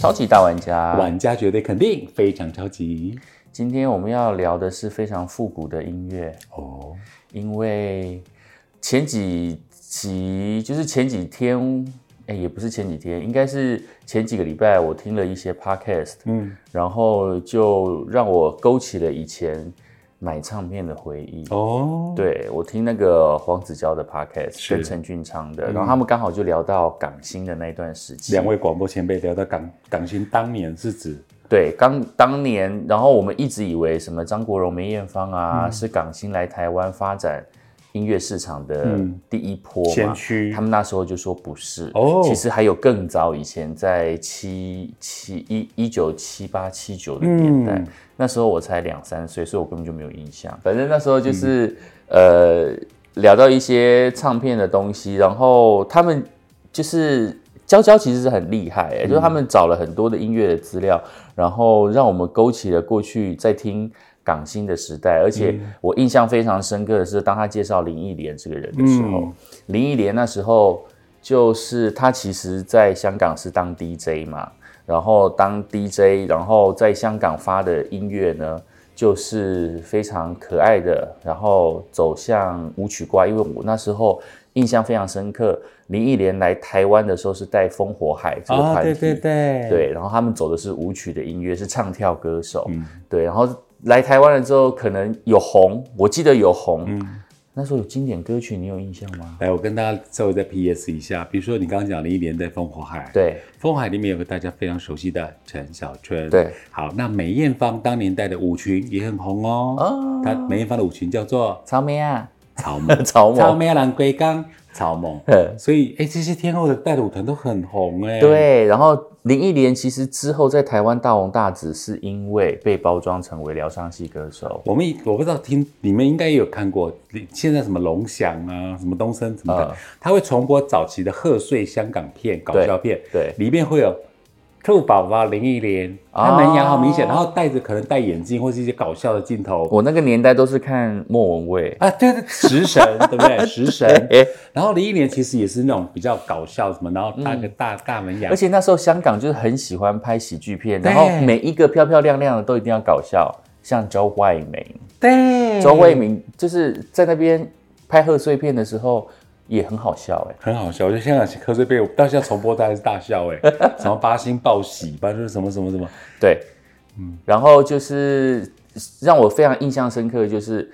超级大玩家。玩家绝对肯定非常超级今天我们要聊的是非常复古的音乐，哦。因为前几集就是前几天，哎、也不是前几天，应该是前几个礼拜，我听了一些 podcast，嗯，然后就让我勾起了以前买唱片的回忆。哦，对我听那个黄子佼的 podcast 是跟陈俊昌的，然后他们刚好就聊到港星的那一段时期。两位广播前辈聊到港港星当年是指对，刚当年，然后我们一直以为什么张国荣、梅艳芳啊，嗯是港星来台湾发展音乐市场的嗯第一波先嘛。驱他，们那时候就说不是哦其实还有更早以前，在七七一一九七八七九的年代，嗯那时候我才两三岁，所以我根本就没有印象。反正那时候就是、呃聊到一些唱片的东西，然后他们就是娇娇其实是很厉害、欸，嗯就是他们找了很多的音乐的资料，然后让我们勾起了过去在听。港星的时代，而且嗯我印象非常深刻的是，当他介绍林忆莲这个人的时候，嗯林忆莲那时候就是她其实在香港是当 DJ 嘛，然后当 DJ，然后在香港发的音乐呢，就是非常可爱的，然后走向舞曲挂，因为我那时候印象非常深刻，林忆莲来台湾的时候是带烽火海这个啊，团体，对对对，对，然后他们走的是舞曲的音乐，是唱跳歌手，嗯对，然后来台湾了之后，可能有红，我记得有红，嗯那时候有经典歌曲，你有印象吗？来，我跟大家稍微再 PS 一下，比如说你刚刚讲林忆莲在《烽火海》，对， 《烽火海》里面有个大家非常熟悉的陈小春，对，好，那梅艳芳当年带的舞裙也很红哦，哦她梅艳芳的舞裙叫做草莓啊，，草蜢 草草蜢，莓兰龟缸，草蜢，嗯所以哎，这些天后的带的舞团都很红哎，，对，然后林忆莲其实之后在台湾大红大紫，是因为被包装成为疗伤系歌手，我们我不知道听你们应该也有看过，现在什么龙翔啊，什么东森什么的，嗯他会重播早期的贺岁香港片、搞笑片，对里面会有兔宝宝、林忆莲，哦他门牙好明显，然后戴着可能戴眼镜或是一些搞笑的镜头我那个年代都是看莫文蔚， 啊，对对，食神 对不对？食神，哎，然后林忆莲其实也是那种比较搞笑什么，然后大个大、大门牙而，且那时候香港就是很喜欢拍喜剧片，对然后每一个漂漂亮亮的都一定要搞笑，像周慧敏，对，周慧敏就是在那边拍贺岁片的时候也很好笑哎、很好笑，我觉得香港贺岁片，我到现在重播大家是大笑 哎、什么八星报喜，八就是什么什么什么，对，然后就是让我非常印象深刻的就是。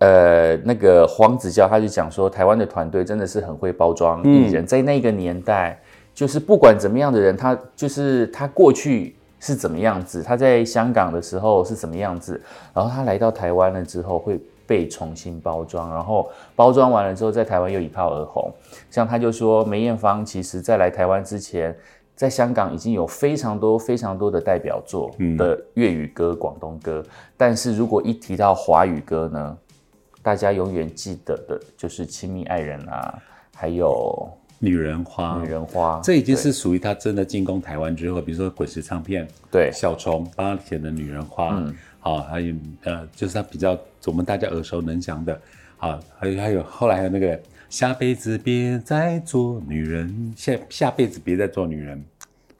呃，那个黄子佼他就讲说，台湾的团队真的是很会包装艺人，在那个年代，就是不管怎么样的人，他就是他过去是怎么样子，他在香港的时候是怎么样子，然后他来到台湾了之后会被重新包装，然后包装完了之后，在台湾又一炮而红。像他就说，梅艳芳其实在来台湾之前，在香港已经有非常多非常多的代表作嗯的粤语歌、广东歌，但是如果一提到华语歌呢，大家永远记得的就是《亲密爱人》啊，还有女人花， 《女人花》这已经是属于他真的进攻台湾之后，比如说滚石唱片、对嗯小虫帮他写的《女人花》，好，还有呃，就是他比较我们大家耳熟能详的，好，还有还有后来还有那个下辈子别再做女人，下下辈子别再做女人，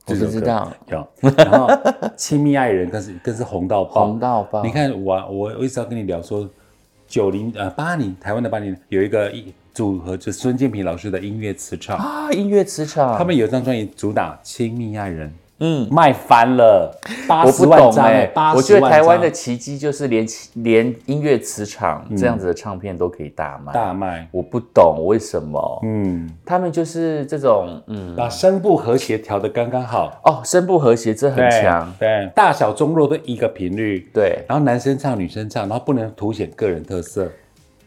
我不这知首歌哦道有，然后《亲密爱人》更是更是红到爆，红到爆你看我我我一直要跟你聊说，九零呃八零台湾的八零有一个一组合，就是孙建平老师的音乐磁场。啊，音乐磁场，他们有一张专辑主打《亲密爱人》，嗯。卖翻了八我十不万懂张哎、哎、八十万张。嗯我觉得台湾的奇迹就是连连音乐磁场这样子的唱片都可以大卖。大卖，我不懂为什么，嗯，他们就是这种嗯把声部和谐调得刚刚好，哦，声部和谐这很对强，对，大小中弱都一个频率，对然后男生唱女生唱，然后不能凸显个人特色，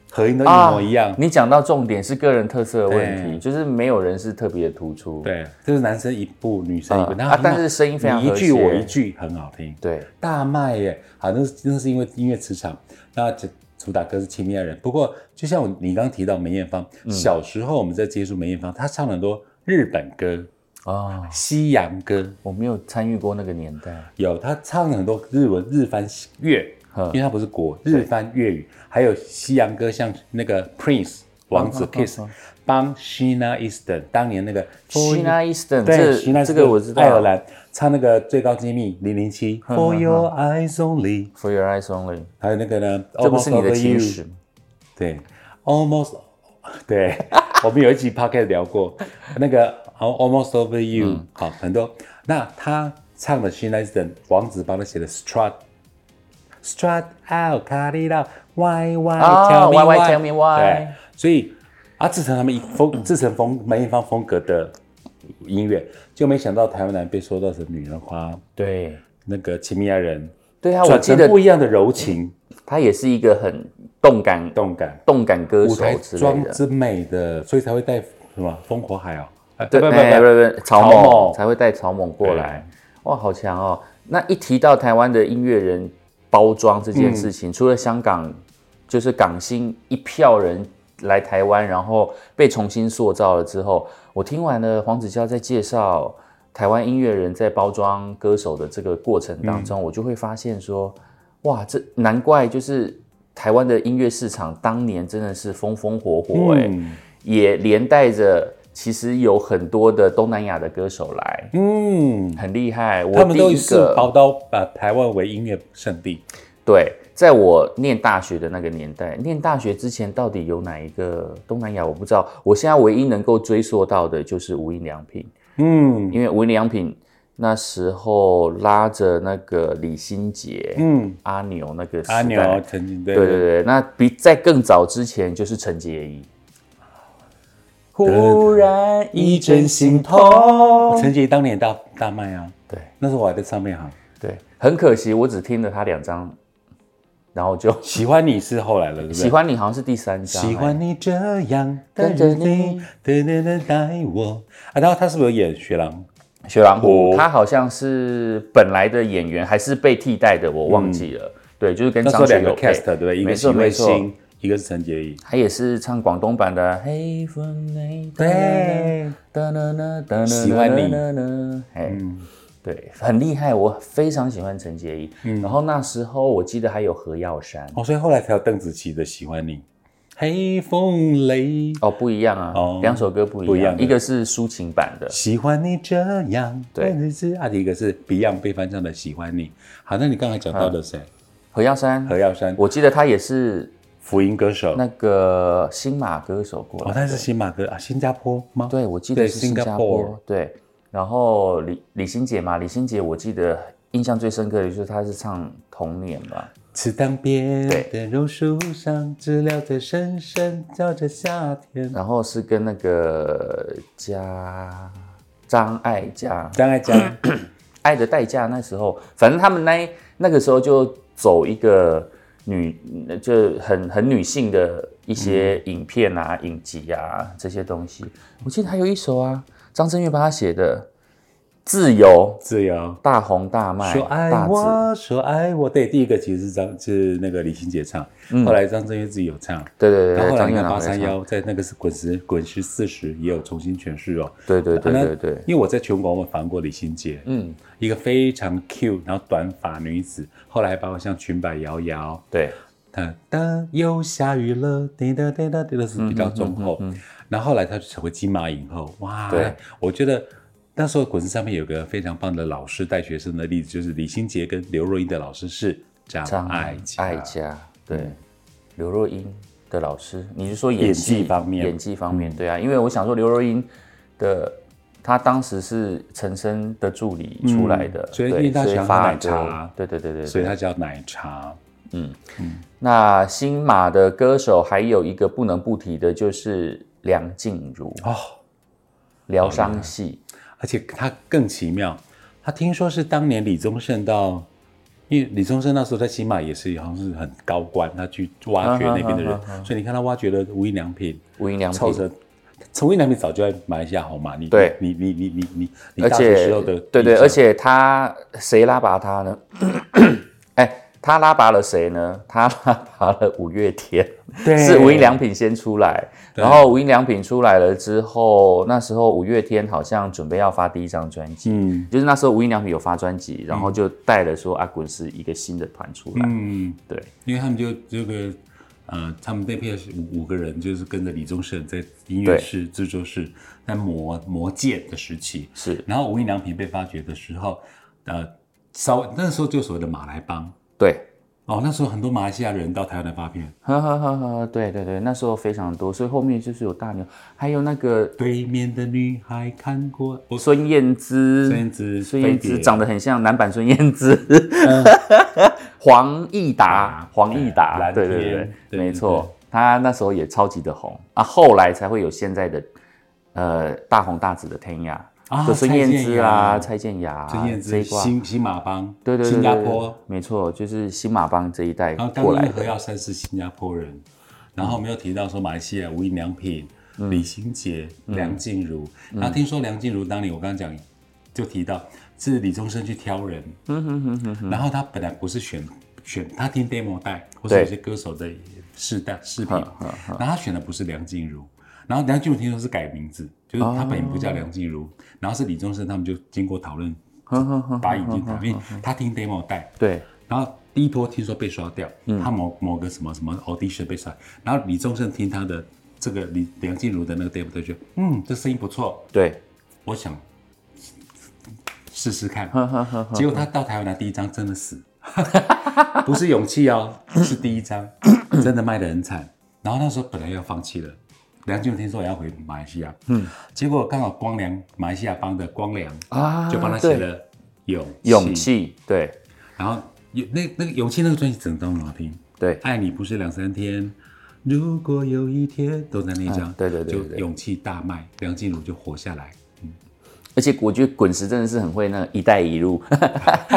合音都一模一样。啊你讲到重点是个人特色的问题，对就是没有人是特别突出。对，就是男生一部，女生一部，嗯然啊后很好但是声音非常你一和句谐我一句，很好听。对大卖耶！好，那是那是因为音乐磁场，那主主打歌是《亲密爱人》。不过，就像我你刚刚提到梅艳芳，嗯小时候我们在接触梅艳芳，她唱了很多日本歌、哦，西洋歌，我没有参与过那个年代。有她唱了很多日文、日翻粤，嗯因为她不是国日翻粤语，还有西洋歌，像那个 Prince 王子嗯嗯 Kiss，嗯帮 Sheena Easton 当年那个 Sheena Easton，对这 Sheena 这个我知道。嗯爱尔兰唱那个最高机密零零七 For Your Eyes Only， For Your Eyes Only，还有那个呢，这不是你 Almost 的 Over 天 You 使。对，almost，对， 我们有一集 podcast 聊过那个 almost over you，、好，嗯很多。那他唱的 She n i s t o n 王子帮他写的 strut。Strut out, cut it out, why, why, 啊 tell me why, why, why, tell me why 对，所以啊，自成他们一风， 自成风梅艳芳风格的音乐，就没想到台湾男被说到成女人花，对，那个亲密爱人，对啊，我转记成得不一样的柔情他也是一个很动感、动感。动感歌舞手台之类妆的。之美的，所以才会带什么烽火海哦，呃对，不不哎不，不不，草草蜢蜢才会带草蜢过来哎。哇，好强哦！那一提到台湾的音乐人包装这件事情，除了香港，就是港星一票人来台湾，然后被重新塑造了之后，我听完了黄子佼在介绍台湾音乐人在包装歌手的这个过程当中，我就会发现说，哇，这难怪就是台湾的音乐市场当年真的是风风火火哎、嗯也连带着其实有很多的东南亚的歌手来，嗯，很厉害。我他们第都一是个宝刀把台湾为音乐圣地，对，在我念大学的那个年代，念大学之前到底有哪一个东南亚我不知道。我现在唯一能够追溯到的就是无印良品，嗯因为无印良品那时候拉着那个李心洁、嗯，阿牛那个时代阿牛曾经对对对对，那比在更早之前就是陈洁仪。忽然一阵心痛，陈洁仪哦当年也大大卖啊，对那时候我还在唱片行，对，很可惜，我只听了他两张，然后就喜欢你是后来了，对不对？喜欢你好像是第三张、喜哎欢你这样跟跟着着你你，对对对，带我啊，然后他是不是有演雪狼？雪狼湖，哦他好像是本来的演员还是被替代的，我忘记了。对，就是跟那时候张学两友个配 cast 对不对？一没个错许没魏错星，一个是陈洁仪，他也是唱广东版的《黑风内》。对。哒啦啦哒啦啦喜欢你啦啦哎，对，很厉害，我非常喜欢陈洁仪。然后那时候我记得还有何耀珊，哦，所以后来才有邓紫棋的《喜欢你》，黑风雷，哦，不一样啊哦，两首歌不不一一样，样的一个是抒情版的，喜欢你这样，对但是啊，一个是 Beyond 被翻唱的《喜欢你》。好，那你刚才讲到的谁？何耀珊，何耀珊，嗯我记得他也是福音歌手。那个新马歌手过哦，来，他是新马哥啊，新加坡吗？对，我记得对是新加坡 Singapore，对。然后李李心洁嘛，李心洁我记得印象最深刻的就是她是唱《童年》吧，池塘边对的榕树上，知了在深深叫着夏天。然后是跟那个加张艾嘉《张爱嘉，爱的代价》那时候，反正他们那一那个时候就走一个女，就很很女性的一些影片啊、影集啊这些东西。我记得还有一首啊，张震岳帮他写的《自由》，自由。 大红大卖，说爱哎大紫我，说爱我，对，第一个其实是张是那个李心洁唱，嗯后来张震岳自己有唱，对对然对对，后后来张你院看长八在三唱，幺，在那个是滚石滚石四十也有重新诠释哦。对对对啊那对对，因为我在全国我访问过李心洁，嗯，一个非常 Q，然后短发女子，后来还包括像裙摆摇摇，对，哒哒又下雨了，滴答滴答滴答是比较忠厚。嗯然后后来她就成为金马影后，哇！对我觉得那时候滚石上面有个非常棒的老师带学生的例子，就是李心洁跟刘若英的老师是张张爱嘉。嗯爱啊嘉，对，刘若英的老师，你是说演演技技方面嗯演技方面，对啊，因为我想说刘若英的。她当时是陈升的助理出来的，嗯所以对因为她所以喜欢发喝奶歌茶对对对对对。所以她叫奶茶。那新马的歌手还有一个不能不提的，就是梁静茹哦，疗伤系，而且他更奇妙，他听说是当年李宗盛到，因为李宗盛那时候在新马也是好像是很高官，他去挖掘那边的人，啊所以你看他挖掘了无印良品，无印良凑品，着。从无印良品早就在马来西亚红嘛，你嗯对你你你你你你而大学且时候的对对，印象而且他谁拉拔他呢？ 哎，他拉拔了谁呢？他拉拔了五月天，对是无印良品先出来，然后无印良品出来了之后，那时候五月天好像准备要发第一张专辑，嗯就是那时候无印良品有发专辑，然啊后就带了说阿滚是一个新的团出来，嗯，对因为他们就这个呃，他们那片是五五个人，就是跟着李宗盛在音乐室、制作室在磨磨剑的时期。是然后无印良品被发掘的时候，呃，稍微那时候就所谓的马来帮对，哦，那时候很多马来西亚人到台湾来发片，呵呵呵呵，对对对，那时候非常多，所以后面就是有大牛，还有那个对面的女孩看过我孙燕姿，孙燕姿，孙燕飞姿碟嗯长得很像男版孙燕姿， 黄义达啊，黄义达，蓝对天对对对，对没错，他那时候也超级的红啊，后来才会有现在的呃大红大紫的天涯，啊就孙燕姿啊，蔡蔡健雅啊，孙燕这姿、一挂新新马帮、对对对，新加对对坡，啊没错，就是新马帮这一代然后刚过刚来因为何的，耀珊是新加坡人，然后没有提到说马来西亚无印良品、嗯李心洁、梁静茹。然后听说梁静茹当年我刚刚讲就提到是李宗盛去挑人，嗯然后他本来不是选选他听 demo 带或者对有些歌手的试带视频，然后他选的不是梁静茹。然后梁静茹听说是改名字，就是她本名不哦叫梁静茹，然后是李宗盛他们就经过讨论，把引啊进讨论，他听 demo 带， 对，然后第一波听说被刷掉，嗯他某某个什么什么 audition 被刷，然后李宗盛听他的这个李梁静茹的那个 demo，他就觉得嗯，这声音不错，对，我想试试看。呵呵呵呵，结果他到台湾来第一张真的死， 不是勇气哦，是第 一张真的卖得很惨。然后那时候本来要放弃了，梁静茹听说我要回马来西亚，嗯，结果刚好光良马来西亚帮的光良啊就帮他写对了勇勇气，对然后有那那个勇气那个专辑整张很好听，对爱你不是两三天，如果有一天都在那一张，嗯对对对对就勇气大卖，梁静茹就活下来。而且我觉得滚石真的是很会那个一带一 路，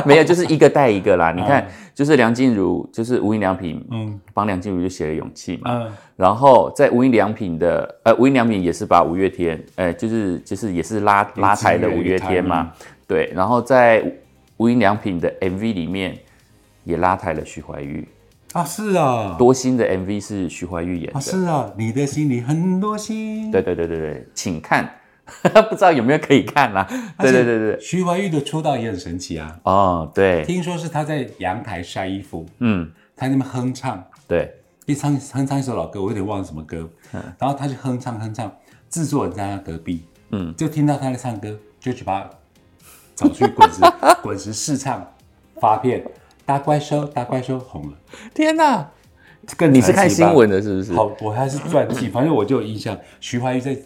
没有就是一个带一个啦。你看，就是梁静茹，就是无印良品，啊嗯帮梁静茹就写了《勇气》嘛。嗯，然后在无印良品的，呃，无印良品也是把五月天，呃，就是就是也是拉拉抬的五月天嘛，对。然后在无印良品的 MV 里面也拉抬了徐怀钰，啊是啊，多心的 MV 是徐怀钰演啊的。是啊，你的心里很多心。对对对对对，请看， 不知道有没有可以看啦、对对对对，徐怀钰的出道也很神奇啊，哦，对，听说是她在阳台晒衣服，嗯，她在那边哼唱，对，一唱哼唱一首老歌，我有点忘了什么歌，然后她就哼唱哼唱，制作人在她隔壁，嗯，就听到她在唱歌，就去把她找去滚 石滚石试唱发片，打怪兽打怪兽红了，天哪，更你是看传奇吧新闻的，是不是？好，我还是传记，反正我就有印象，徐怀钰在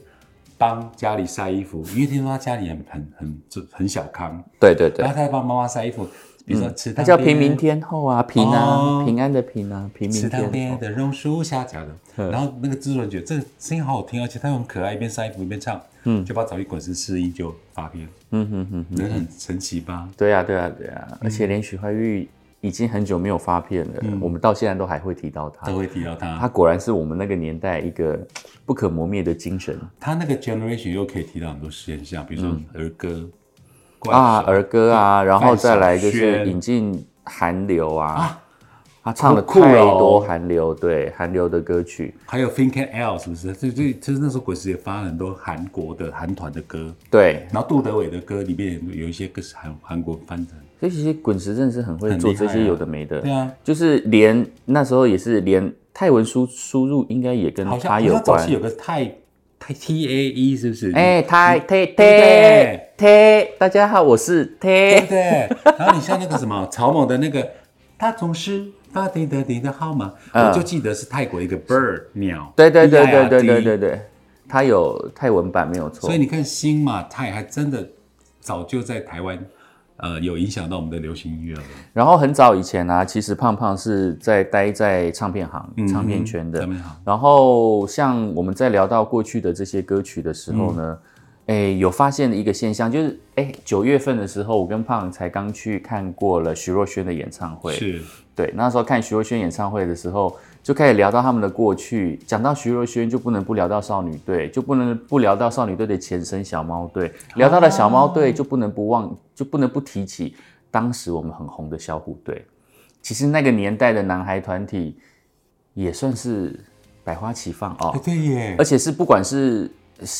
帮家里晒衣服，因为听说她家里很很很就很小康，对对然对嗯后，她在帮妈妈晒衣服，比如说吃他汤叫边平民天后啊，平啊哦，平安的平啊，平池民塘天嗯边后。的榕树下假的，然后那个制作人觉得这个声音好好听，而且他又很可爱，一边晒衣服一边唱，嗯，就把早一滚石试音就发片，嗯哼哼，人很神奇吧？对啊对啊对嗯啊，而且连许怀钰已经很久没有发片了，嗯我们到现在都还会提到他都。会提到他，他果然是我们那个年代一个不可磨灭的精神他那个 generation 又可以提到很多现象，比如说儿歌、嗯怪啊，兽儿歌啊，然后再来就范晓是萱引进韩流啊啊，他唱了酷酷了太哦多韩流，对韩流的歌曲，还有 Think and L 是不是？就嗯就就是那时候滚石也发了很多韩国的韩团的歌，对，然后杜德伟的歌里面有一些歌是韩韩国翻的，所以其实滚石真的是很会很厉做这害些啊有的没的，对啊，就是连那时候也是连泰文输输入应该也跟好像他好有像早关期。有个泰泰 T A E 是不是？哎，泰泰泰嗯对泰，大家好，我是对不泰。对？然后你像那个什么曹某的那个，他总是发给的你的号码，我就记得是泰国一个 bird 鸟，嗯对对对对对 B I R 对 D 对对，他有泰文版没有错所以。你看新马泰还真的早就在台湾，呃，有影响到我们的流行音乐了，然后很早以前啊，其实胖胖是在待在唱片行、嗯唱片圈的咱。们好，然后像我们在聊到过去的这些歌曲的时候呢，嗯诶，有发现一个现象，就是诶，九月份的时候，我跟胖才刚去看过了徐若瑄的演唱会。是对，那时候看徐若瑄演唱会的时候，就开始聊到他们的过去。讲到徐若瑄，就不能不聊到少女队，就不能不聊到少女队的前身小猫队。聊到了小猫队，就不能不忘，就不能不提起当时我们很红的小虎队。其实那个年代的男孩团体也算是百花齐放哦哎，，对耶而，且是不管是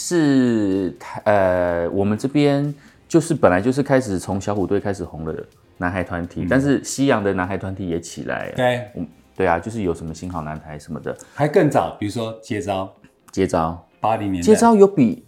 是台呃我们这边就是本来就是开始从小虎队开始红的男孩团体，但是西洋的男孩团体也起来了。嗯对，对啊，就是有什么新好男孩什么的还更早，比如说接招，接招，八零年代接，招有比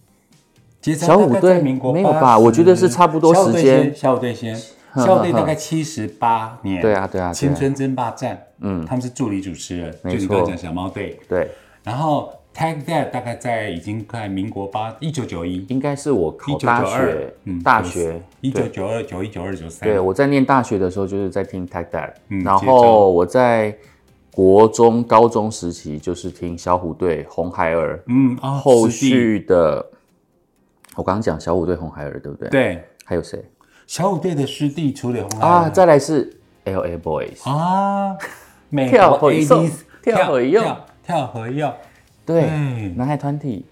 接招小大虎概队在民国没有吧80我觉得是差不多时间嗯小虎队先，小虎队大概七十八年，对啊对啊对啊青春争霸战，嗯，他们是助理主持人，就没你刚刚错讲小猫队，对，然后 Tag Dad 大概在已经快民国八一九九一。应该是我考大1992学，大学一九九二、九一、九二、九三，对，我在念大学的时候就是在听 Tag Dad，、嗯然接招后我在国中、高中时期就是听小虎队、红孩儿，嗯，哦，后师弟续的我刚刚讲小虎队、红孩儿，对不对？，对还有谁小虎队的师弟处理红孩啊？儿再来是 L A Boys，、啊，美国跳回送 80s 跳回用跳跳回用，对，嗯男孩团体。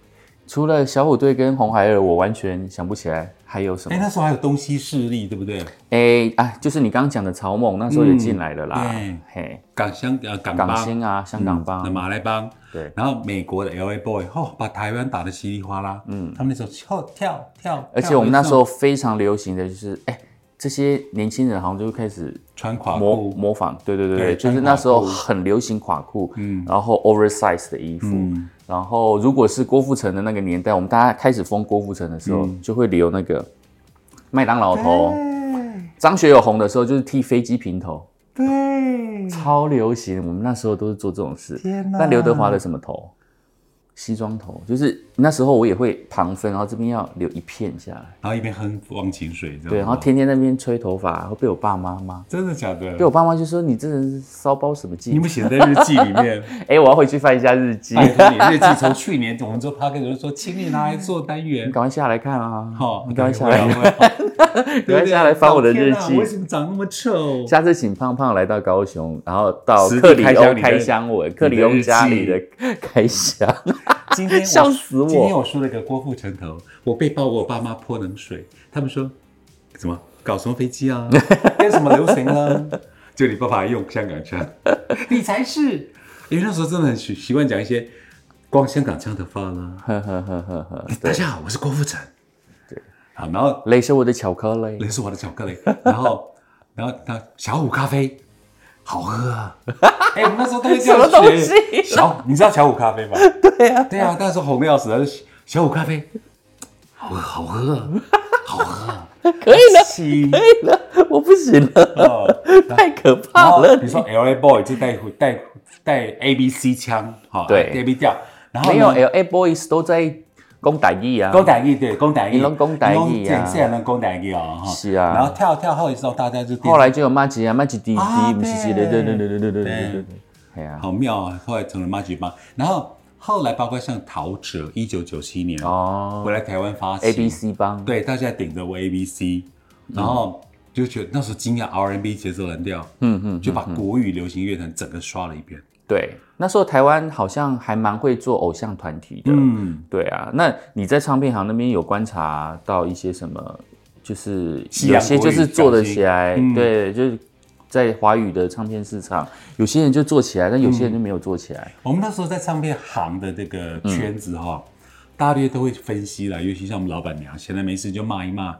除了小虎队跟红孩儿，我完全想不起来还有什么哎，。那时候还有东西势力，对不对？哎、啊，就是你刚刚讲的草蜢，那时候也进来了啦。嗯嘿，港香呃港港帮星啊，香港帮，的马来帮，对然后美国的 L A Boy，哦，把台湾打得稀里哗啦，嗯，他们那时候跳跳跳，而且我们那时候非常流行的就是，哎、这些年轻人好像就开始穿垮模裤，模仿，对对对对对，就是穿那垮时候裤很流行垮裤，嗯，然后 oversize 的衣服，嗯然后如果是郭富城的那个年代，我们大家开始封郭富城的时候，嗯就会留那个麦当劳头。张学友红的时候就是剃飞机平头，对，超流行。我们那时候都是做这种事。天哪但刘德华的什么头？西装头，就是那时候我也会旁分，然后这边要留一片下来。然后一边哼忘情水，这样对，然后天天在那边吹头发，会被我爸妈骂。真的假的被？我爸妈就说你这人是骚包什么你技？们写在日记里 面，哎、我要回去翻一下日记，拜你托你日记从去年我们做 p o d c a 说，请你拿来做单元。赶快下来看啊！好，你赶快下我来，也 会啊，对不赶快对下来翻我的日老天啊记为。什么长那么臭？下次请胖胖来到高雄，然后到实地克里开箱欧你的开箱我克里欧家里的开箱， 今天我笑死我今天我梳了个郭富城头，我被爆我爸妈泼冷水，他们说怎么搞什么飞机 啊，跟什么流行啊？ 就你爸爸用香港腔，你才是，因为那时候真的很习习惯讲一些光香港腔的话啦。呵呵呵呵呵，大家好，我是郭富城。对，好，然后雷是我的巧克力，那是我的巧克力。 然后，然后他小虎咖啡好喝 啊！哎、我们那时候都会这样什么东学西小，你知道小虎咖啡 吗？对啊，对啊，那时候红的要死，他就小虎咖啡好喝，好喝啊，好喝啊，可以了，亲可以了，我不行了，哦太可然怕后了。比如说 L A Boy 就带带带 A B C 腔，好、对，A B 调，然后呢没有 L A Boys 都在攻打意啊，讲台语对，讲台语，你拢讲台语啊你拢这这人拢讲台语哦，哈是啊然后跳跳后的时候，大家就后来就有麦吉啊，麦吉滴啊滴，不是是的，对对对对对对对对对对，哎呀，好妙啊！后来成了妈吉帮，然后后来包括像陶喆，一九九七年、哦回来台湾发行，A B C 帮，对，大家顶着我 A B C，然后就觉得那时候惊讶 R N B 节奏蓝调，嗯嗯，就把国语流行乐坛整个刷了一遍，对，那时候台湾好像还蛮会做偶像团体的，嗯，对啊，那你在唱片行那边有观察到一些什么？就是西有洋些国语嗯就是做得小起来，对，就是在华语的唱片市场，有些人就做起来，但有些人就没有做起来。啊我们那时候在唱片行的这个圈子哈、大约都会分析啦，尤其像我们老板娘，闲来没事就骂一骂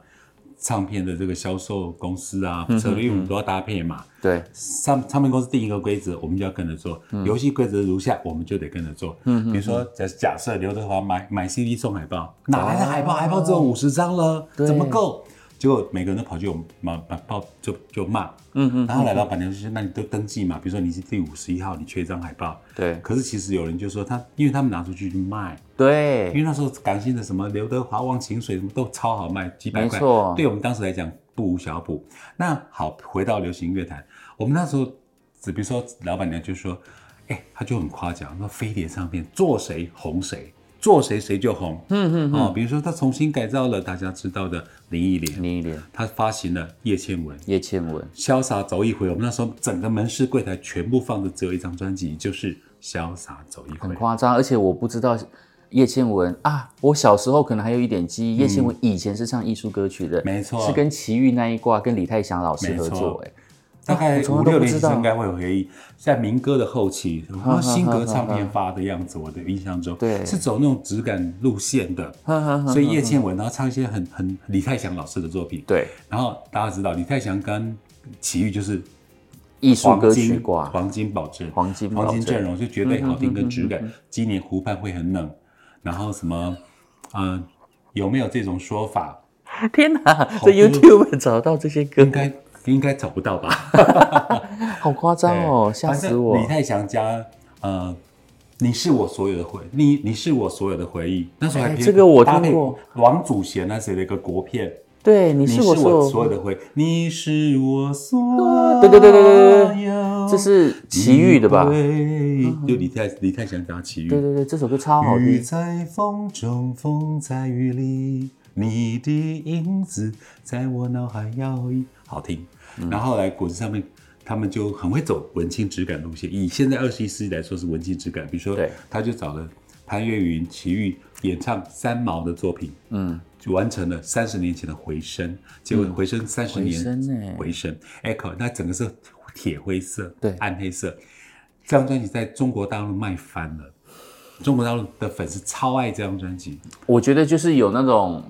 唱片的这个销售公司啊，策略我们都要搭配嘛。对，唱唱片公司定一个规则，我们就要跟着做。游戏规则如下，我们就得跟着做。嗯嗯，比哦如说假假设刘德华买买 CD 送海报，哪来的海报？海报只有五十张了，怎么够？结果每个人都跑去我们骂把报就就骂，嗯嗯。然后来老板娘就说：“那你都登记嘛，比如说你是第五十一号，你缺一张海报。”对，可是其实有人就说他，因为他们拿出去去卖，因对，为那时候港星的什么刘德华、忘情水什么都超好卖，几百没块。错对我们当时来讲不无小补。那好，回到流行乐坛，我们那时候只比如说老板娘就说，哎，她就很夸奖，说飞碟唱片做谁红谁，做谁谁就红。嗯嗯哦，比如说她重新改造了大家知道的林忆莲，林忆莲、她发行了叶倩文。叶倩文，潇洒走一回，我们那时候整个门市柜台全部放的只有一张专辑，就是《潇洒走一回很》。夸张，而且我不知道叶倩文啊，我小时候可能还有一点记忆，叶倩文以前是唱艺术歌曲的，嗯没错是跟齐豫那一挂，跟李泰祥老师合没作错，哎，大概我从五来都六不年知级生道应，该会有回忆，在民歌的后期，然后新格唱哈片发的样子，我的印象中，对是走那种质感路 线的。哈哈哈所以叶倩文，然啊后唱一些很很李泰祥老师的作品，对然后大家知道李泰祥跟齐豫就是艺术黄歌金曲挂黄金保证，黄金嗯保黄金证阵容就绝对好听跟质感。今年湖畔会很冷，然后什么，嗯，有没有这种说法？天哪，多在 YouTube 找到这些歌应，该应该找不到吧？嗯好夸张哦，对吓死我反正！李泰祥加呃，你是我所有的回，你你是我所有的回忆。那时候还哎偏这个我听搭配过王祖贤那谁的一个国片，对，你你是是我我所所有有，的回，你是我所有，对对对对对对这是奇遇的吧？对，就李泰李泰祥加奇遇，对对对，这首歌超好雨听。在风中，风在雨里，你的影子在我脑海摇曳，好听。嗯然后后来果子上面，他们就很会走文青质感路线。以现在二十一世纪来说，是文青质感。比如说对，他就找了潘越云、齐豫演唱三毛的作品，嗯，就完成了三十年前的回声。结果回声三嗯十回年声欸回声 echo，那整个是铁灰色，对暗黑色。这张专辑在中国大陆卖翻了。中国大陆的粉丝超爱这张专辑，我觉得就是有那种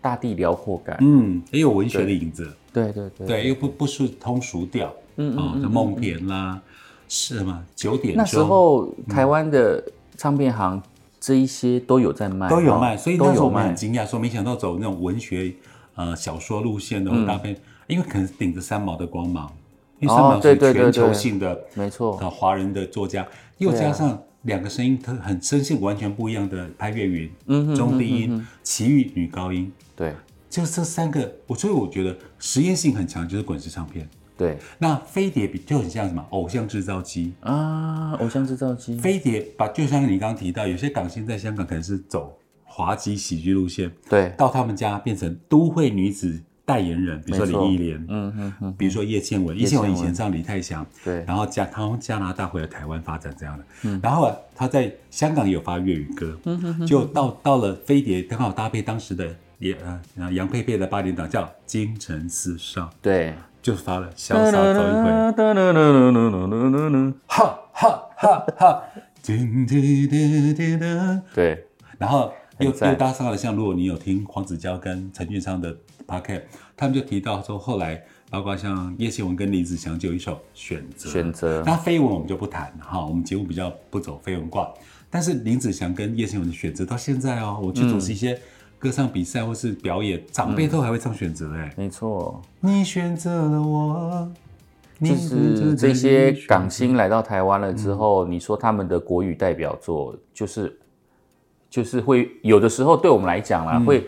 大地辽阔感。嗯，也有文学的影子，对对对。对，又不不是通俗调，嗯嗯，像梦田啦，是吗？九点那钟时候嗯台湾的唱片行这一些都有在卖，都有哦卖，所以都那时候有我们很卖。惊讶，说没想到走那种文学呃小说路线的搭配，因为可能顶着三毛的光芒，因为三嗯哦毛是对对对全球对性的没错，呃华人的作家，又对啊加上两个声音特很声线完全不一样的潘越云，嗯中低音，齐豫女高音，对就这三个，我所以我觉得实验性很强，就是滚石唱片。对那飞碟比就很像什么偶像制造机，啊，偶像制造机，飞碟把就像你刚刚提到，有些港星在香港可能是走滑稽喜剧路线，对到他们家变成都会女子代言人，比如说没错林忆莲，嗯嗯嗯，比如说叶倩文，叶倩文以前上李泰祥，对然后加他从加拿大回来台湾发展这样的，然后啊他在香港也有发粤语歌，就到到了飞碟刚好搭配当时的也呃杨佩佩的八点档叫《京城四少》，对，就发了《潇洒走一回》。哈哈哈哈，嘟嘟嘟嘟嘟对，然后又很赞又搭上了，像如果你有听黄子佼跟陈俊昌的 p o c a s t 他们就提到说，后来包括像叶倩文跟林子祥就有一首《选择》，选择啊那绯闻我们就不谈哈，我们节目比较不走绯闻卦。但是林子祥跟叶倩文的选择到现在哦，我去主持一些歌唱比赛或是表演，长辈都还会唱选择哎、没错，你选择了我，嗯你就是这些港星来到台湾了之后，嗯你说他们的国语代表作，就是就是会有的时候对我们来讲啦，嗯会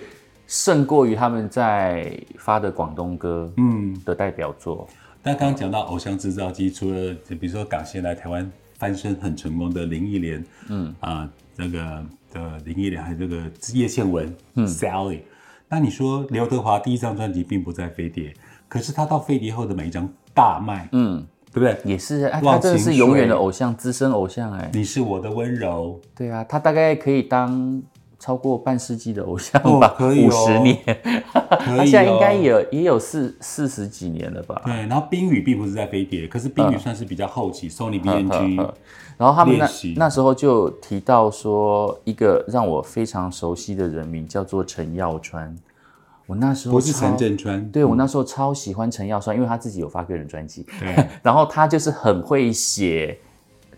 胜过于他们在发的广东歌嗯，的代表作。那刚刚讲到偶像制造机，除了比如说港星来台湾翻身很成功的林忆莲，嗯啊、那个呃的林忆莲，还有这个叶倩文、Sally。那你说刘德华第一张专辑并不在飞碟，可是他到飞碟后的每一张大卖，嗯，对不对？也是，哎，忘他真的情是永水嗯远的偶像，资深偶像，哎，你是我的 温柔，对啊，他大概可以当超过半世纪的偶像哦吧，可以五哦十年，可以、哦。他现在应该也有也有四四十几年了吧？对。然后冰雨并不是在飞碟，可是嗯冰雨算是比较后期，Sony BNG 然后他们那练习那时候就提到说，一个让我非常熟悉的人名叫做陈耀川，我那时候不是超陈振川，对我那时候超喜欢陈耀川，因为他自己有发个人专辑，对。 然后他就是很会写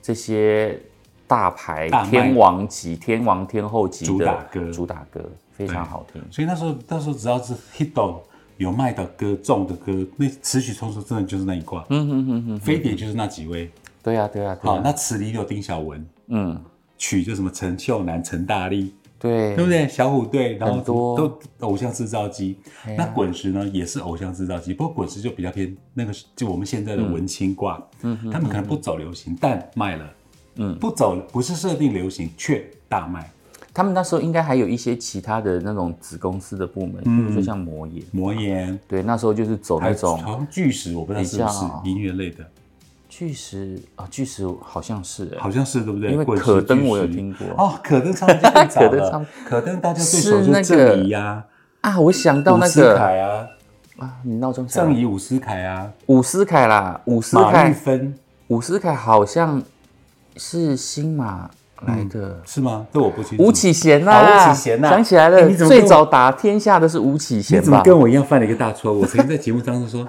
这些大牌大卖天王级、天王天后级的主打歌主打歌非常好听。所以那时候，那时候只要是 hit 到有卖的歌、中的歌，那词曲创作真的就是那一挂。嗯嗯嗯嗯，飞碟就是那几位。对啊，对啊，对好，啊，那词里有丁晓文，嗯，曲就什么陈秀楠、陈大力，对对不对？小虎队，然后很多都偶像制造机。那滚石呢，也是偶像制造机，不过滚石就比较偏那个是，就我们现在的文青挂。嗯他们可能不走流行，但卖了。嗯，不走不是设定流行，却大卖。他们那时候应该还有一些其他的那种子公司的部门，比如说像魔眼，魔岩，对，那时候就是走嗯还那有种好像巨石，我不知道是不比较是音乐类的。巨石啊，巨石好像是、欸，好像是对不对？因为滚石可登我有巨石听过哦，可登唱片就更早 可登了唱，可登大家最是熟就那个郑怡呀、啊，我想到伍那思个凯啊，啊，你闹钟响郑了，怡、伍思凯啊，伍思凯啦，伍思马玉凯，芬伍思凯好像是新马来的。是吗？这我不清楚。吴启贤呐、啊嗯吴启贤呐想起来哎了，你怎么跟我最早打天下的是吴启你贤怎么吧？ 跟我一样犯了一个大错误？我曾经在节目当中说，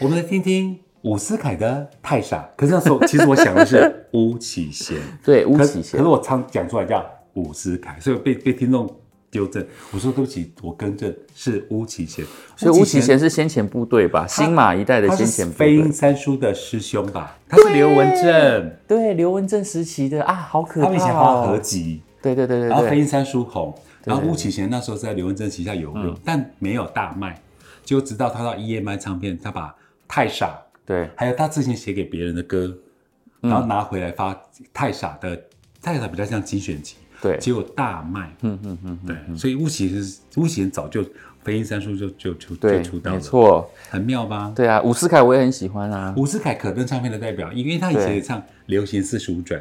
我们来听听伍思凯的太傻，可是那时 候其实我想的是巫启贤，对，巫可启贤可是，我常讲出来叫伍思凯，所以被被听众纠正。我说对不起，我更正是巫启贤。所以巫启贤是先遣部队吧，新马一代的他先是遣部队飞鹰。三叔的师兄吧？他是刘文正，对，刘文正时期的啊，好可他们以前怕发合哦！集，对对对然后对飞对，鹰三叔红，然后巫启贤那时候是在刘文正旗下有有，嗯但没有大卖，就直到他到 EMI 唱片，他把太傻，对还有他之前写给别人的歌，嗯然后拿回来发太傻的，太傻比较像精选集，对结果大卖，嗯嗯嗯，对，所以巫启贤巫启贤早就飞鹰三叔就就就就出对，没道了，错，很妙吧？对啊，伍思凯我也很喜欢啊。伍思凯可登唱片的代表，因为他以前对也唱《流行四十五转》，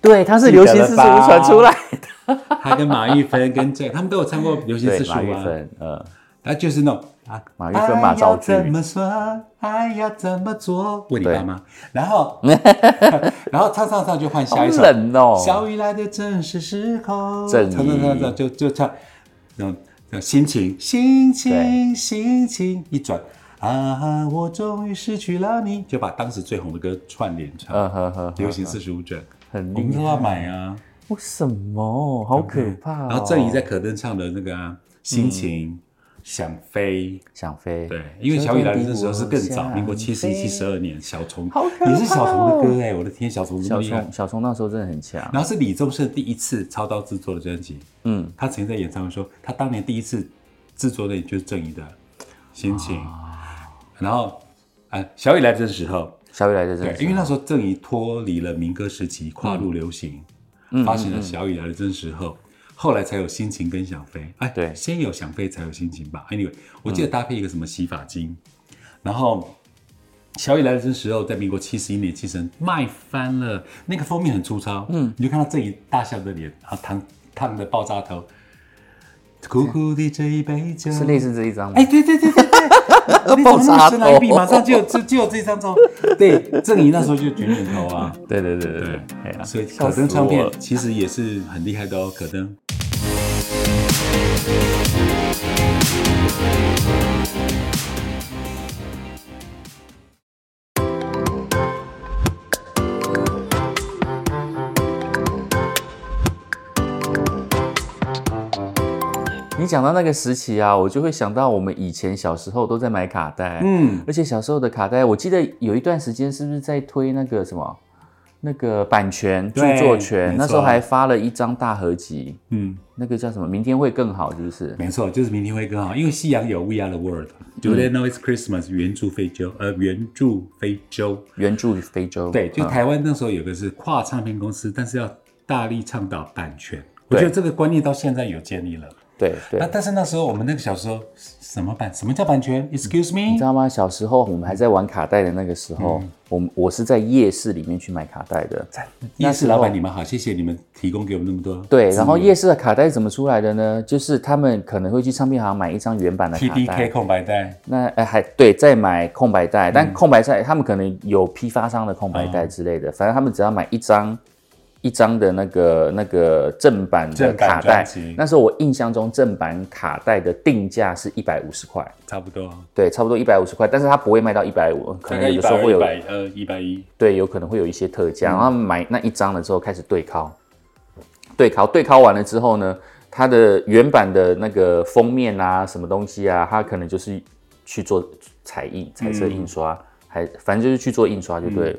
对，他是记得流行了四十五吧传出来的。他跟马玉芬跟这他们都有唱过《流行对四，十五马》玉啊。芬，呃，他就是那种啊，马玉芬马兆爱要怎驹，么说？爱要怎么做？问你对爸妈。然后， 然后唱唱唱就换好下一首。冷哦。小雨来的正是时候。正唱唱唱义唱就就唱，嗯，嗯心情心情心情一转啊，我终于失去了你，就把当时最红的歌串联唱，嗯呵呵，呵流行四十五转，很我们厉都害。要买啊。为什么？好可怕、哦！然后郑怡在可登唱的那个啊，心情想飞。想飞，对，因为小雨来的那时候是更早，民国七十一、七十二年，小虫好可怕哦也是小虫的歌哎，我的天，小虫这小么厉害虫。小虫那时候真的很强。然后是李宗盛第一次操刀制作的专辑，嗯，他曾经在演唱会说，他当年第一次制作的也就是郑怡的《心情》，然后呃，小雨来的时候，小雨来的真对的，是因为那时候郑怡脱离了民歌时期，跨入流行，发行了《小雨来的真时候》，后来才有心情跟想飞。哎，对先有想飞才有心情吧。Anyway，我记得搭配一个什么洗发精，然后《小雨来的真时候》在民国七十一年七成卖翻了，那个封面很粗糙，嗯，你就看到郑怡大笑的脸，然后烫烫的爆炸头，苦苦的这一杯酒是类似这一张吗？哎，对对对对 对，你怎么那么神来一笔，爆马炸头上就有就就有这张照。 对，郑怡那时候就 卷卷头啊，对对对对哎呀，所以笑可死登唱我片了。其实也是很厉害的哦，可登。你讲到那个时期啊，我就会想到我们以前小时候都在买卡带，嗯，而且小时候的卡带，我记得有一段时间是不是在推那个什么？那个版权、著对作权没，那时候错还发了一张大合集，嗯，那个叫什么？明天会更好，是不是？没错，就是明天会更好，因为夕阳有 We Are the World。Today Know It's Christmas，原住非洲，呃，原住非洲。原著非洲，对，就嗯台湾那时候有个是跨唱片公司，但是要大力倡导版权。我对觉得这个观念到现在有建立了。对对那。但是那时候我们那个小时候，什么版？什么叫版权？Excuse 你知 me？道吗？小时候我们还在玩卡带的那个时候，嗯我们我是在夜市里面去买卡带的。夜市老板，你们好，谢谢你们提供给我们那么多。对，然后夜市的卡带是怎么出来的呢？就是他们可能会去唱片行买一张原版的卡 TDK 带，空白带，那呃还对，再买空白带，嗯但空白带他们可能有批发商的空白哦带之类的，反正他们只要买一张。一张的那个那个正版的正版卡带专辑，那时候我印象中正版卡带的定价是一百五十块，差不多，对，差不多一百五十块，但是它不会卖到一百五，可大能概有一的时百候二、会一有百二、一百一。对，有可能会有一些特嗯价，然后他们买那一张了之后开始对拷，对拷，对拷完了之后呢，它的原版的那个封面啊，什么东西啊，它可能就是去做彩印、彩色印刷，嗯还反正就是去做印刷就对了。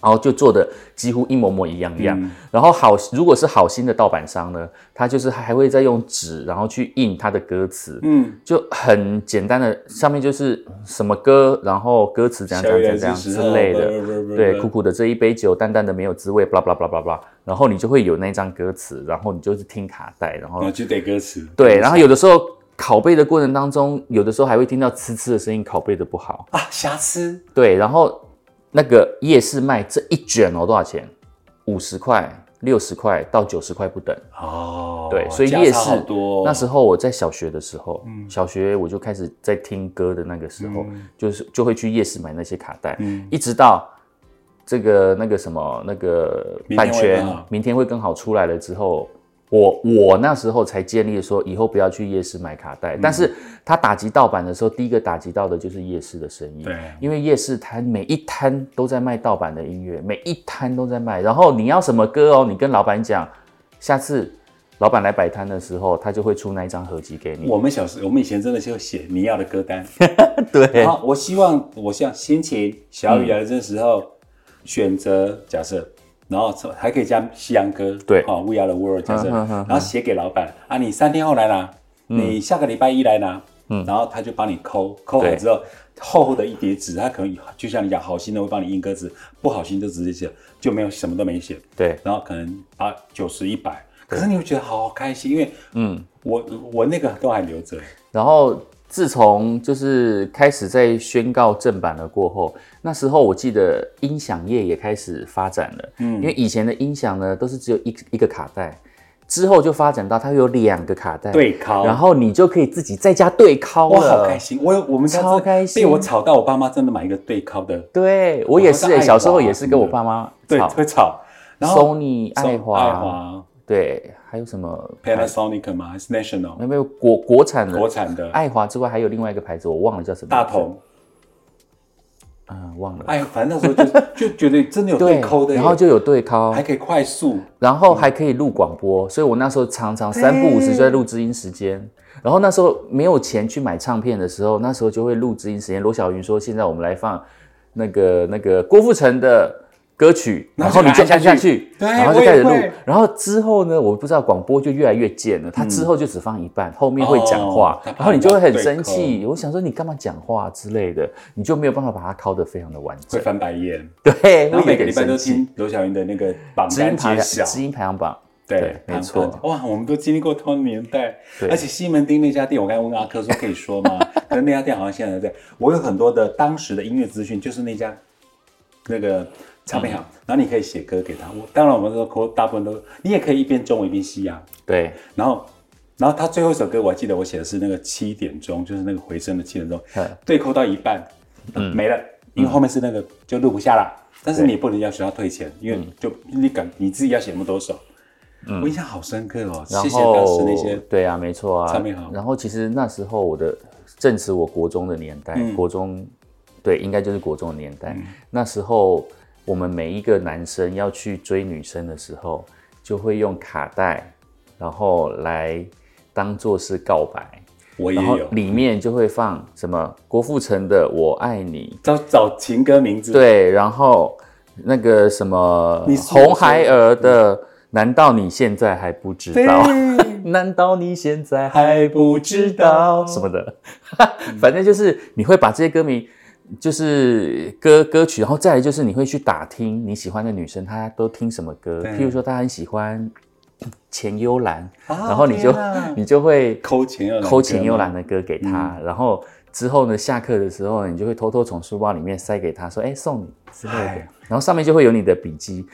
然后就做的几乎一模模一样一样，嗯然后好，如果是好心的盗版商呢，他就是还会再用纸，然后去印他的歌词，嗯，就很简单的，上面就是什么歌，然后歌词怎样怎样怎样小之雨来的时候类的，啵啵啵啵对，苦苦的这一杯酒，淡淡的没有滋味，blah blah blah blah blah，然后你就会有那张歌词，然后你就是听卡带，然后然后就得歌词。对，然后有的时候拷贝的过程当中，有的时候还会听到呲呲的声音，拷贝的不好，啊，瑕疵。对，然后那个夜市卖这一卷哦，多少钱？五十块、六十块到九十块不等。哦，对，所以价夜差市好多哦。那时候我在小学的时候，嗯小学我就开始在听歌的那个时候，就是就会去夜市买那些卡带，嗯一直到这个那个什么那个明天版会权更好明天会更好出来了之后，我我那时候才建立说，以后不要去夜市买卡带。嗯但是他打击盗版的时候，第一个打击到的就是夜市的生意。对因为夜市摊每一摊都在卖盗版的音乐，每一摊都在卖。然后你要什么歌哦，你跟老板讲，下次老板来摆摊的时候，他就会出那一张合集给你。我们小时，我们以前真的就写你要的歌单， 对然后我希望我像心情小雨来的时候，选择假设，然后还可以加西洋歌，对啊、w e Are the World 假设，嗯嗯嗯嗯嗯然后写给老板啊，你三天后来拿，你下个礼拜一来拿，嗯，然后他就帮你抠，抠好对之后，厚厚的一叠纸，他可能就像你讲，好心的会帮你印歌词，不好心就直接写，就没有什么都没写，对，然后可能啊九十一百，可是你会觉得好开心，因为嗯。我我那个都还留着，然后自从就是开始在宣告正版了过后，那时候我记得音响业也开始发展了，嗯，因为以前的音响呢都是只有一一个卡带，之后就发展到它会有两个卡带，，对，考，然后你就可以自己在家对拷我了，好开。心，我有我们家真的超开心被我吵到，我爸妈真的买一个对靠的，对我也我是、哎都是爱华小时候也是跟我爸妈对，吵会吵。然后，Sony、送爱爱华，华、对，还有什么？ Panasonic 嘛，还是 National 有没有国国产的？国产的哎嗯爱华之外还有另外一个牌子，我忘了叫什么。大，同？嗯，忘了。哎，反正那时候就 就觉得真的有对抠的耶，然后就有对拷，还可以快速，然后还可以录广播，所以我那时候常常三不五时就在录知音时间。然后那时候没有钱去买唱片的时候，那时候就会录知音时间。罗小云说：“现在我们来放那个那个郭富城的歌曲，然然后后就你就按按下下去去，对然后就开始录我也会。然后之后呢，我不知道广播就越来越贱了，他之后就只放一半，后面会讲话嗯哦他，怕然后你就会很生你气。我想说你干嘛讲话之类的，你就没有办法把它拷得非常的完会整。翻白眼。对，然会后有每个点礼拜生都气。听刘晓云的那个榜知音单排揭晓，知音排行榜。”对对，没错盘盘哇，我们都经历过同年代，对而且西门町那家店，我刚才问阿珂说可以说 吗？可是那家店好像现在还在。我有很多的当时的音乐资讯，就是那家那个唱片行，嗯然后你可以写歌给他。我当然我们都抠，大部分都你也可以一边中文一边西洋。对，然后，然后他最后一首歌我还记得我写的是那个七点钟，就是那个回声的七点钟嗯，对扣到一半，嗯、没了，因为后面是那个就录不下了。嗯但是你也不能要求他退钱，因为就你敢你自己要写那么多首，我印象好深刻哦。嗯然后谢谢当时那些对啊，没错啊唱片行。然后其实那时候我的正值我国中的年代，嗯国中对，应该就是国中的年代。那时候我们每一个男生要去追女生的时候，就会用卡带，然后来当做是告白，我也然后有，里面就会放什么郭富城的《我爱你》，找找情歌名字，，对，然后那个什么你是红孩儿的，难道你现在还不知对，道？难道你现在还还不知道什么的？反正就是你会把这些歌名，就是歌歌曲，然后再来就是你会去打听你喜欢的女生她都听什么歌，对譬如说她很喜欢钱幽兰，啊 然后你就天啊你就会抠钱又抠钱幽兰的歌给她，嗯然后。之后呢，下课的时候，你就会偷偷从书包里面塞给她，说：“哎、送你之类的。”哎然后上面就会有你的笔记。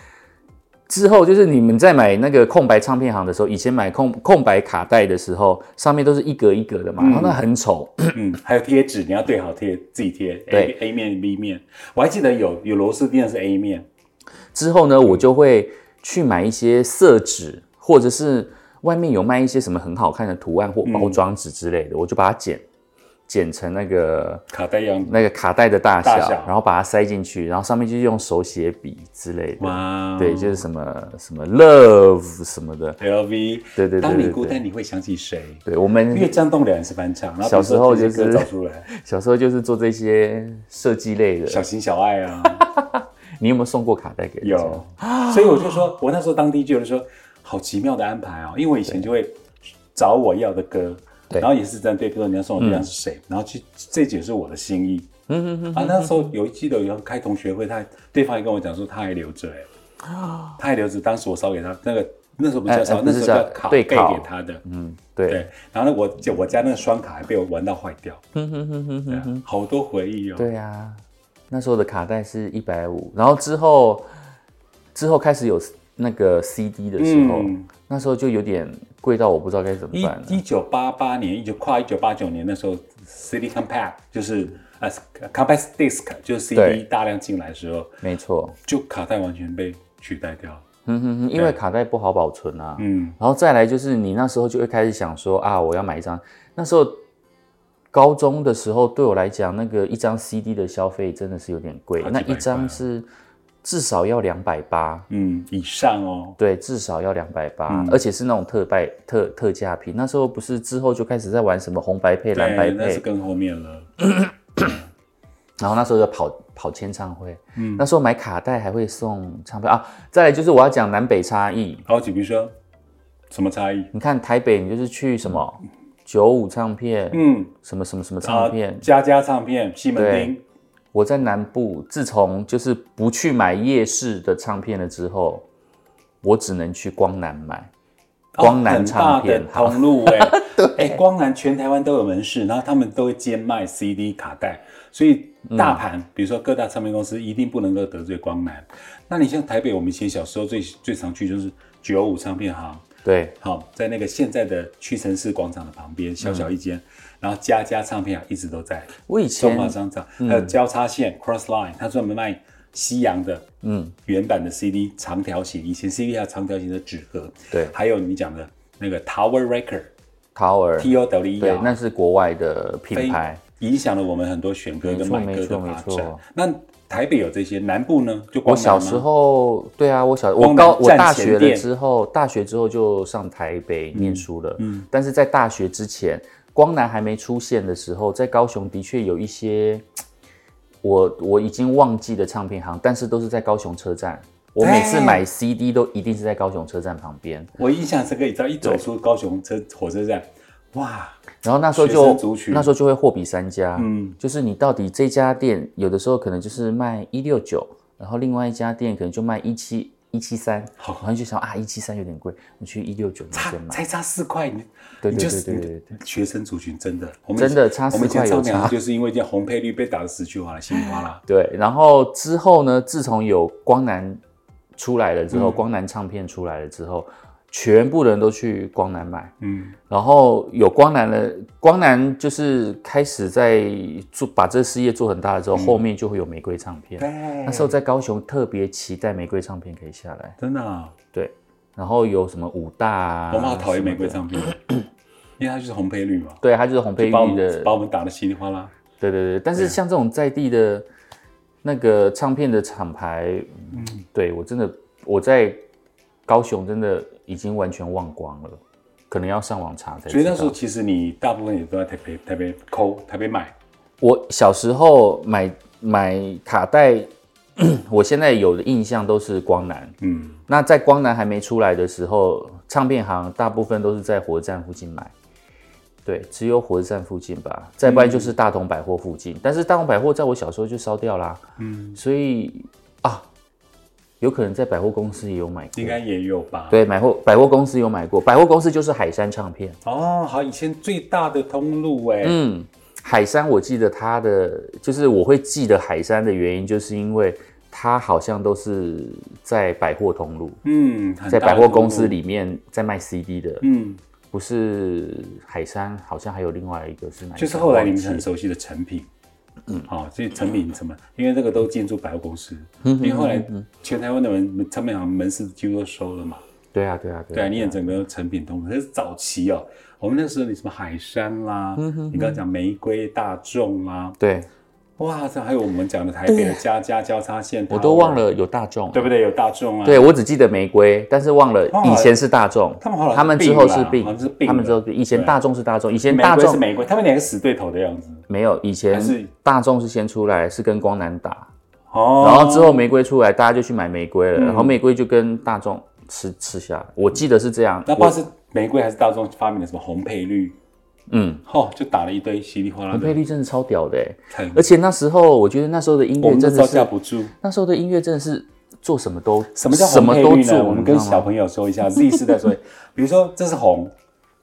之后就是你们在买那个空白唱片行的时候，以前买空空白卡带的时候，上面都是一格一格的嘛，然后那很丑。嗯，还有贴纸，你要对好贴，自己贴 A 对 A 面 B 面，我还记得有有螺丝钉的是 A 面，之后呢，我就会去买一些色纸，或者是外面有卖一些什么很好看的图案或嗯包装纸之类的，我就把它剪剪成那个卡带一样那个卡带的大小，大小然后把它塞进去，然后上面就用手写笔之类的。哇，对，就是什么什么 love 什么的， LV。对对对对对当你孤单，你会想起谁？对我们因为张栋梁也是翻唱，然后小时候比如说这些就歌是找出来， 小时候就是做这些设计类的。小情小爱 啊，你有没有送过卡带给人家？有。所以我就说，我那时候当 DJ 我就说，好奇妙的安排哦，因为我以前就会找我要的歌，对嗯然后也是这样对，比如说你要送我对象是谁，然后去这也是我的心意。嗯嗯嗯。啊，那时候有记得有开同学会，他对方也跟我讲说他还留着哎，他还留着，当时我烧给他那个。那时候不叫烧，哎哎那不时是候叫叫卡背对给拷他的，嗯，对，对。然后呢，我就我家那个双卡还被我玩到坏掉，哼哼哼哼对嗯哼，啊好多回忆哦。 对啊，那时候的卡带是一百五，然后之后之后开始有那个 CD 的时候，嗯那时候就有点贵到我不知道该怎么办了。一一九八八年，一九跨一九八九年那时候，CD compact 就是呃 compact disc 就是 CD 对大量进来的时候，没错，就卡带完全被取代掉了。嗯哼哼，因为卡带不好保存啊。嗯，然后再来就是你那时候就会开始想说啊，我要买一张。那时候高中的时候，对我来讲，那个一张 CD 的消费真的是有点贵好，几那百一张是至少要两百八，嗯，以上哦，对，至少要两百嗯八，而且是那种特卖特特价品。那时候不是之后就开始在玩什么红白配、蓝白对，那配是，更后面了。然后那时候就跑跑签唱会，嗯那时候买卡带还会送唱片啊。再来就是我要讲南北差异，好，比如说什么差异？你看台北，你就是去什么九五唱片，嗯，什么什么什么啊唱片。佳佳唱片、西门对町，我在南部，自从就是不去买夜市的唱片了之后，我只能去光南买。光哦南很大唱的片行，通路 哎、对，哎、光南全台湾都有门市，然后他们都会兼卖 CD 卡带，所以嗯大盘、比如说各大唱片公司一定不能够得罪光南。那你像台北，我们以前小时候最最常去就是九五唱片行，对，好，在那个现在的屈臣氏广场的旁边，小嗯小一间，然后佳佳唱片行一直都在，我以中华前商场还有交叉线 Cross Line，它专门卖西洋的，嗯，原版的 CD 长条形，以前 CD 还有长条形的纸盒，对还有你讲的那个 Tower Record 陶尔， T O W E 对， R，那是国外的品牌。影响了我们很多选歌跟没错买歌的没发错展没错。那台北有这些，南部呢就我光小南吗时候，对啊，我小我光南高我站大前学了店之后，大学之后就上台北念书了。嗯，但是在大学之前，光南还没出现的时候，在高雄的确有一些我我已经忘记的唱片行，但是都是在高雄车站。我每次哎买 CD 都一定是在高雄车站旁边，我印象深刻，你知道一走出高雄车火车站，哇，然后那时候学生族就群那时候就会货比三家，嗯嗯，就是你到底这家店有的时候可能就是卖一六九，然后另外一家店可能就卖一七一七三，好，然后就想啊一七三有点贵，我去一六九那差边买，才差四块，你对你对就是对对对学生族群真的，我们真的差我们以前4块有唱片行差就是因为这样红配绿被打得死去活来，心里 哗啦。对，然后之后呢，自从有光南出来了之嗯后，光南唱片出来了之后，全部人都去光南买，嗯，然后有光南的光南就是开始在做把这事业做很大了之后，嗯后面就会有玫瑰唱片，对，那嗯时候在高雄特别期待玫瑰唱片可以下来，真的啊，对，然后有什么武大啊，我们好讨厌玫瑰什么唱片， 因为它就是红配绿嘛的，，对，它就是红配把我绿们的，把我们打得稀里哗啦。对对对，但是像这种在地的那个唱片的厂牌，嗯，对我真的我在高雄真的已经完全忘光了，可能要上网查才所以知那道时。候其实你大部分也都在台北、台北抠、台北买，我小时候买买卡带， 我现在有的印象都是光南，嗯，那在光南还没出来的时候，唱片行大部分都是在火车站附近买，对，只有火车站附近吧，再不然就是大同百货附近。但是大同百货在我小时候就烧掉啦，嗯，所以啊，有可能在百货公司也有买过应，该也有吧。对，百货百货公司有买过，百货公司就是海山唱片，哦，好，以前最大的通路哎，嗯，海山我记得它的就是我会记得海山的原因，就是因为它好像都是在百货通路。嗯，很大的在百货公通司路，里面在卖 CD 的，嗯，不是海山，好像还有另外一个是哪一个？就是后来你忘们记很熟悉的成品，嗯，好、所以成品什么，因为这个都进驻百货公司，嗯因为后来全台湾的门成品行门市几乎都收了嘛，对啊，对啊，对对啊，啊，你也整个成品通路，那是早期哦，我们那时候你什么海山啦，嗯你刚刚讲玫瑰大众啦，对哇，这还有我们讲的台北的家家交叉线，我都忘，了有大众，对不对？对？有大众啊，，对我只记得玫瑰，但是忘了忘了以前是大众，他们后来他们之后是好像是并，并他们之后了是并以前大众是大众，以前玫大瑰是众玫瑰，他们两个死对头的样子，没有，以还前是大众是先出来，是跟光南打，哦，嗯然后之后玫瑰出来，大家就去买玫瑰了，然后玫瑰就跟大众吃吃下来，我记得是这样。那不知道是玫瑰还是大众发明的什么红配绿。嗯，哦，就打了一堆稀里哗啦红配的绿真的超屌的欸，菜，而且那时候我觉得那时候的音乐我们都真的招是架不住。那时候的音乐真的是做什么都什么叫什红么配都绿呢？做，我们跟你知道小吗朋友说一下，Z 世代说，比如说这是红，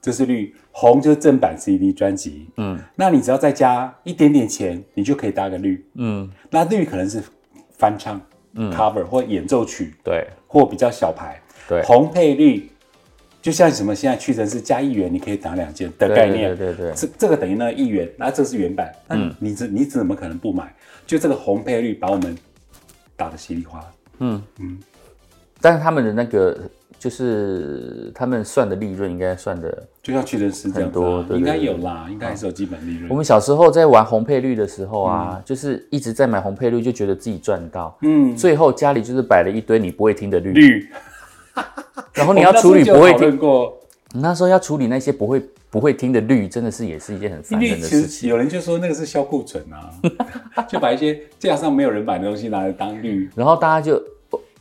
这是绿，红就是正版 CD 专辑，嗯，那你只要再加一点点钱，你就可以搭个绿，嗯，那绿可能是翻唱、cover 嗯或演奏曲对或比较小牌，对红配绿。就像什么现在屈臣氏加一元，你可以打两件的概对嗯对念，对对对这这个等于那一元，那这是原版，那你怎你怎么可能不买？就这个红配绿把我们打得稀里哗啦。但是他们的那个就是他们算的利润应该算的。就像屈臣氏这样很子啊、多对对应该有啦，应该还是有基本利润。我们小时候在玩红配绿的时候啊，就是一直在买红配绿，就觉得自己赚到，嗯，最后家里就是摆了一堆你不会听的绿，绿，然哦后你要处理不我们会那时候就有讨听，论过。那时候要处理那些不会不会听的绿，真的是也是一件很烦绿人的其事情。实有人就说那个是销库存啊， 就把一些架上没有人买的东西拿来当绿。然后大家就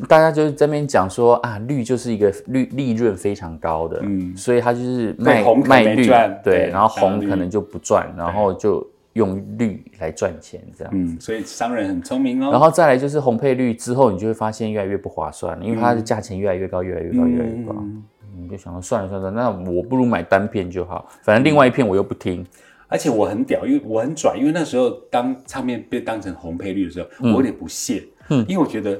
大家就是在那边讲说啊，绿就是一个利利润非常高的，嗯所以它就是卖对红可卖没绿，赚对，对然后打红绿可能就不赚，然后就用绿来赚钱这样。嗯，所以商人很聪明然哦。后再来就是红配绿之后，你就会发现越来越不划算了，因为它的价钱越来越高，越来越高，越来越高。嗯你就想说算了算了，那我不如买单片就好，反正另外一片我又不听。而且我很屌，因为我很拽，因为那时候当唱片被当成红配绿的时候，我有点不屑，嗯，因为我觉得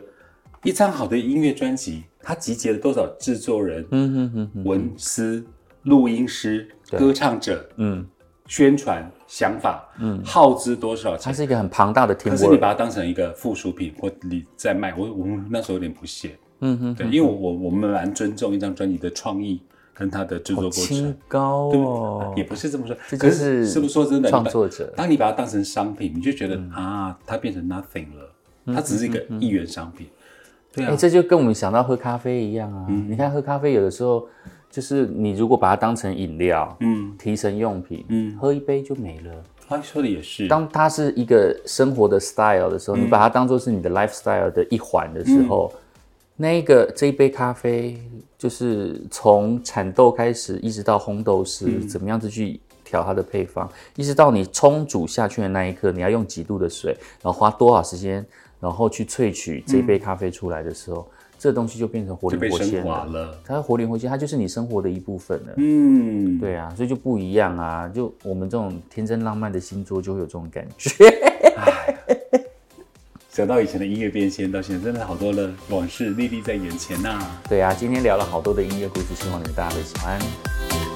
一张好的音乐专辑，它集结了多少制作人、嗯哼哼哼，文思、录音师、歌唱者、嗯，宣传想法，嗯，耗资多少它钱？是一个很庞大的可是你 teamwork。把它当成一个附属品或你在卖，我我那时候有点不屑，嗯哼，对，因为我我们蛮尊重一张专辑的创意跟它的制作过程清，高对不哦对？也，不是这么说，这就可是是是不是说真的？你把创作者当你把它当成商品，你就觉得、啊，它变成 nothing 了，它只是一个一元商品。对哎、啊，嗯这就跟我们想到喝咖啡一样啊。你看喝咖啡有的时候，就是你如果把它当成饮料、嗯提神用品，嗯，喝一杯就没了。他说的也是，当它是一个生活的 style 的时嗯候，你把它当做是你的 lifestyle 的一环的时候，那一个这一杯咖啡，就是从产豆开始，一直到烘豆师、嗯怎么样子去调它的配方，一直到你冲煮下去的那一刻，你要用几度的水，然后花多少时间，然后去萃取这杯咖啡出来的时候，这东西就变成活嗯就灵被活升现华了。了。它活灵活现，它就是你生活的一部分了。嗯，对啊，所以就不一样啊！就我们这种天真浪漫的星座就会有这种感觉。想到以前的音乐变迁，到现在真的好多了往事历历在眼前呐、对啊，今天聊了好多的音乐故事，希望你们大家会喜欢。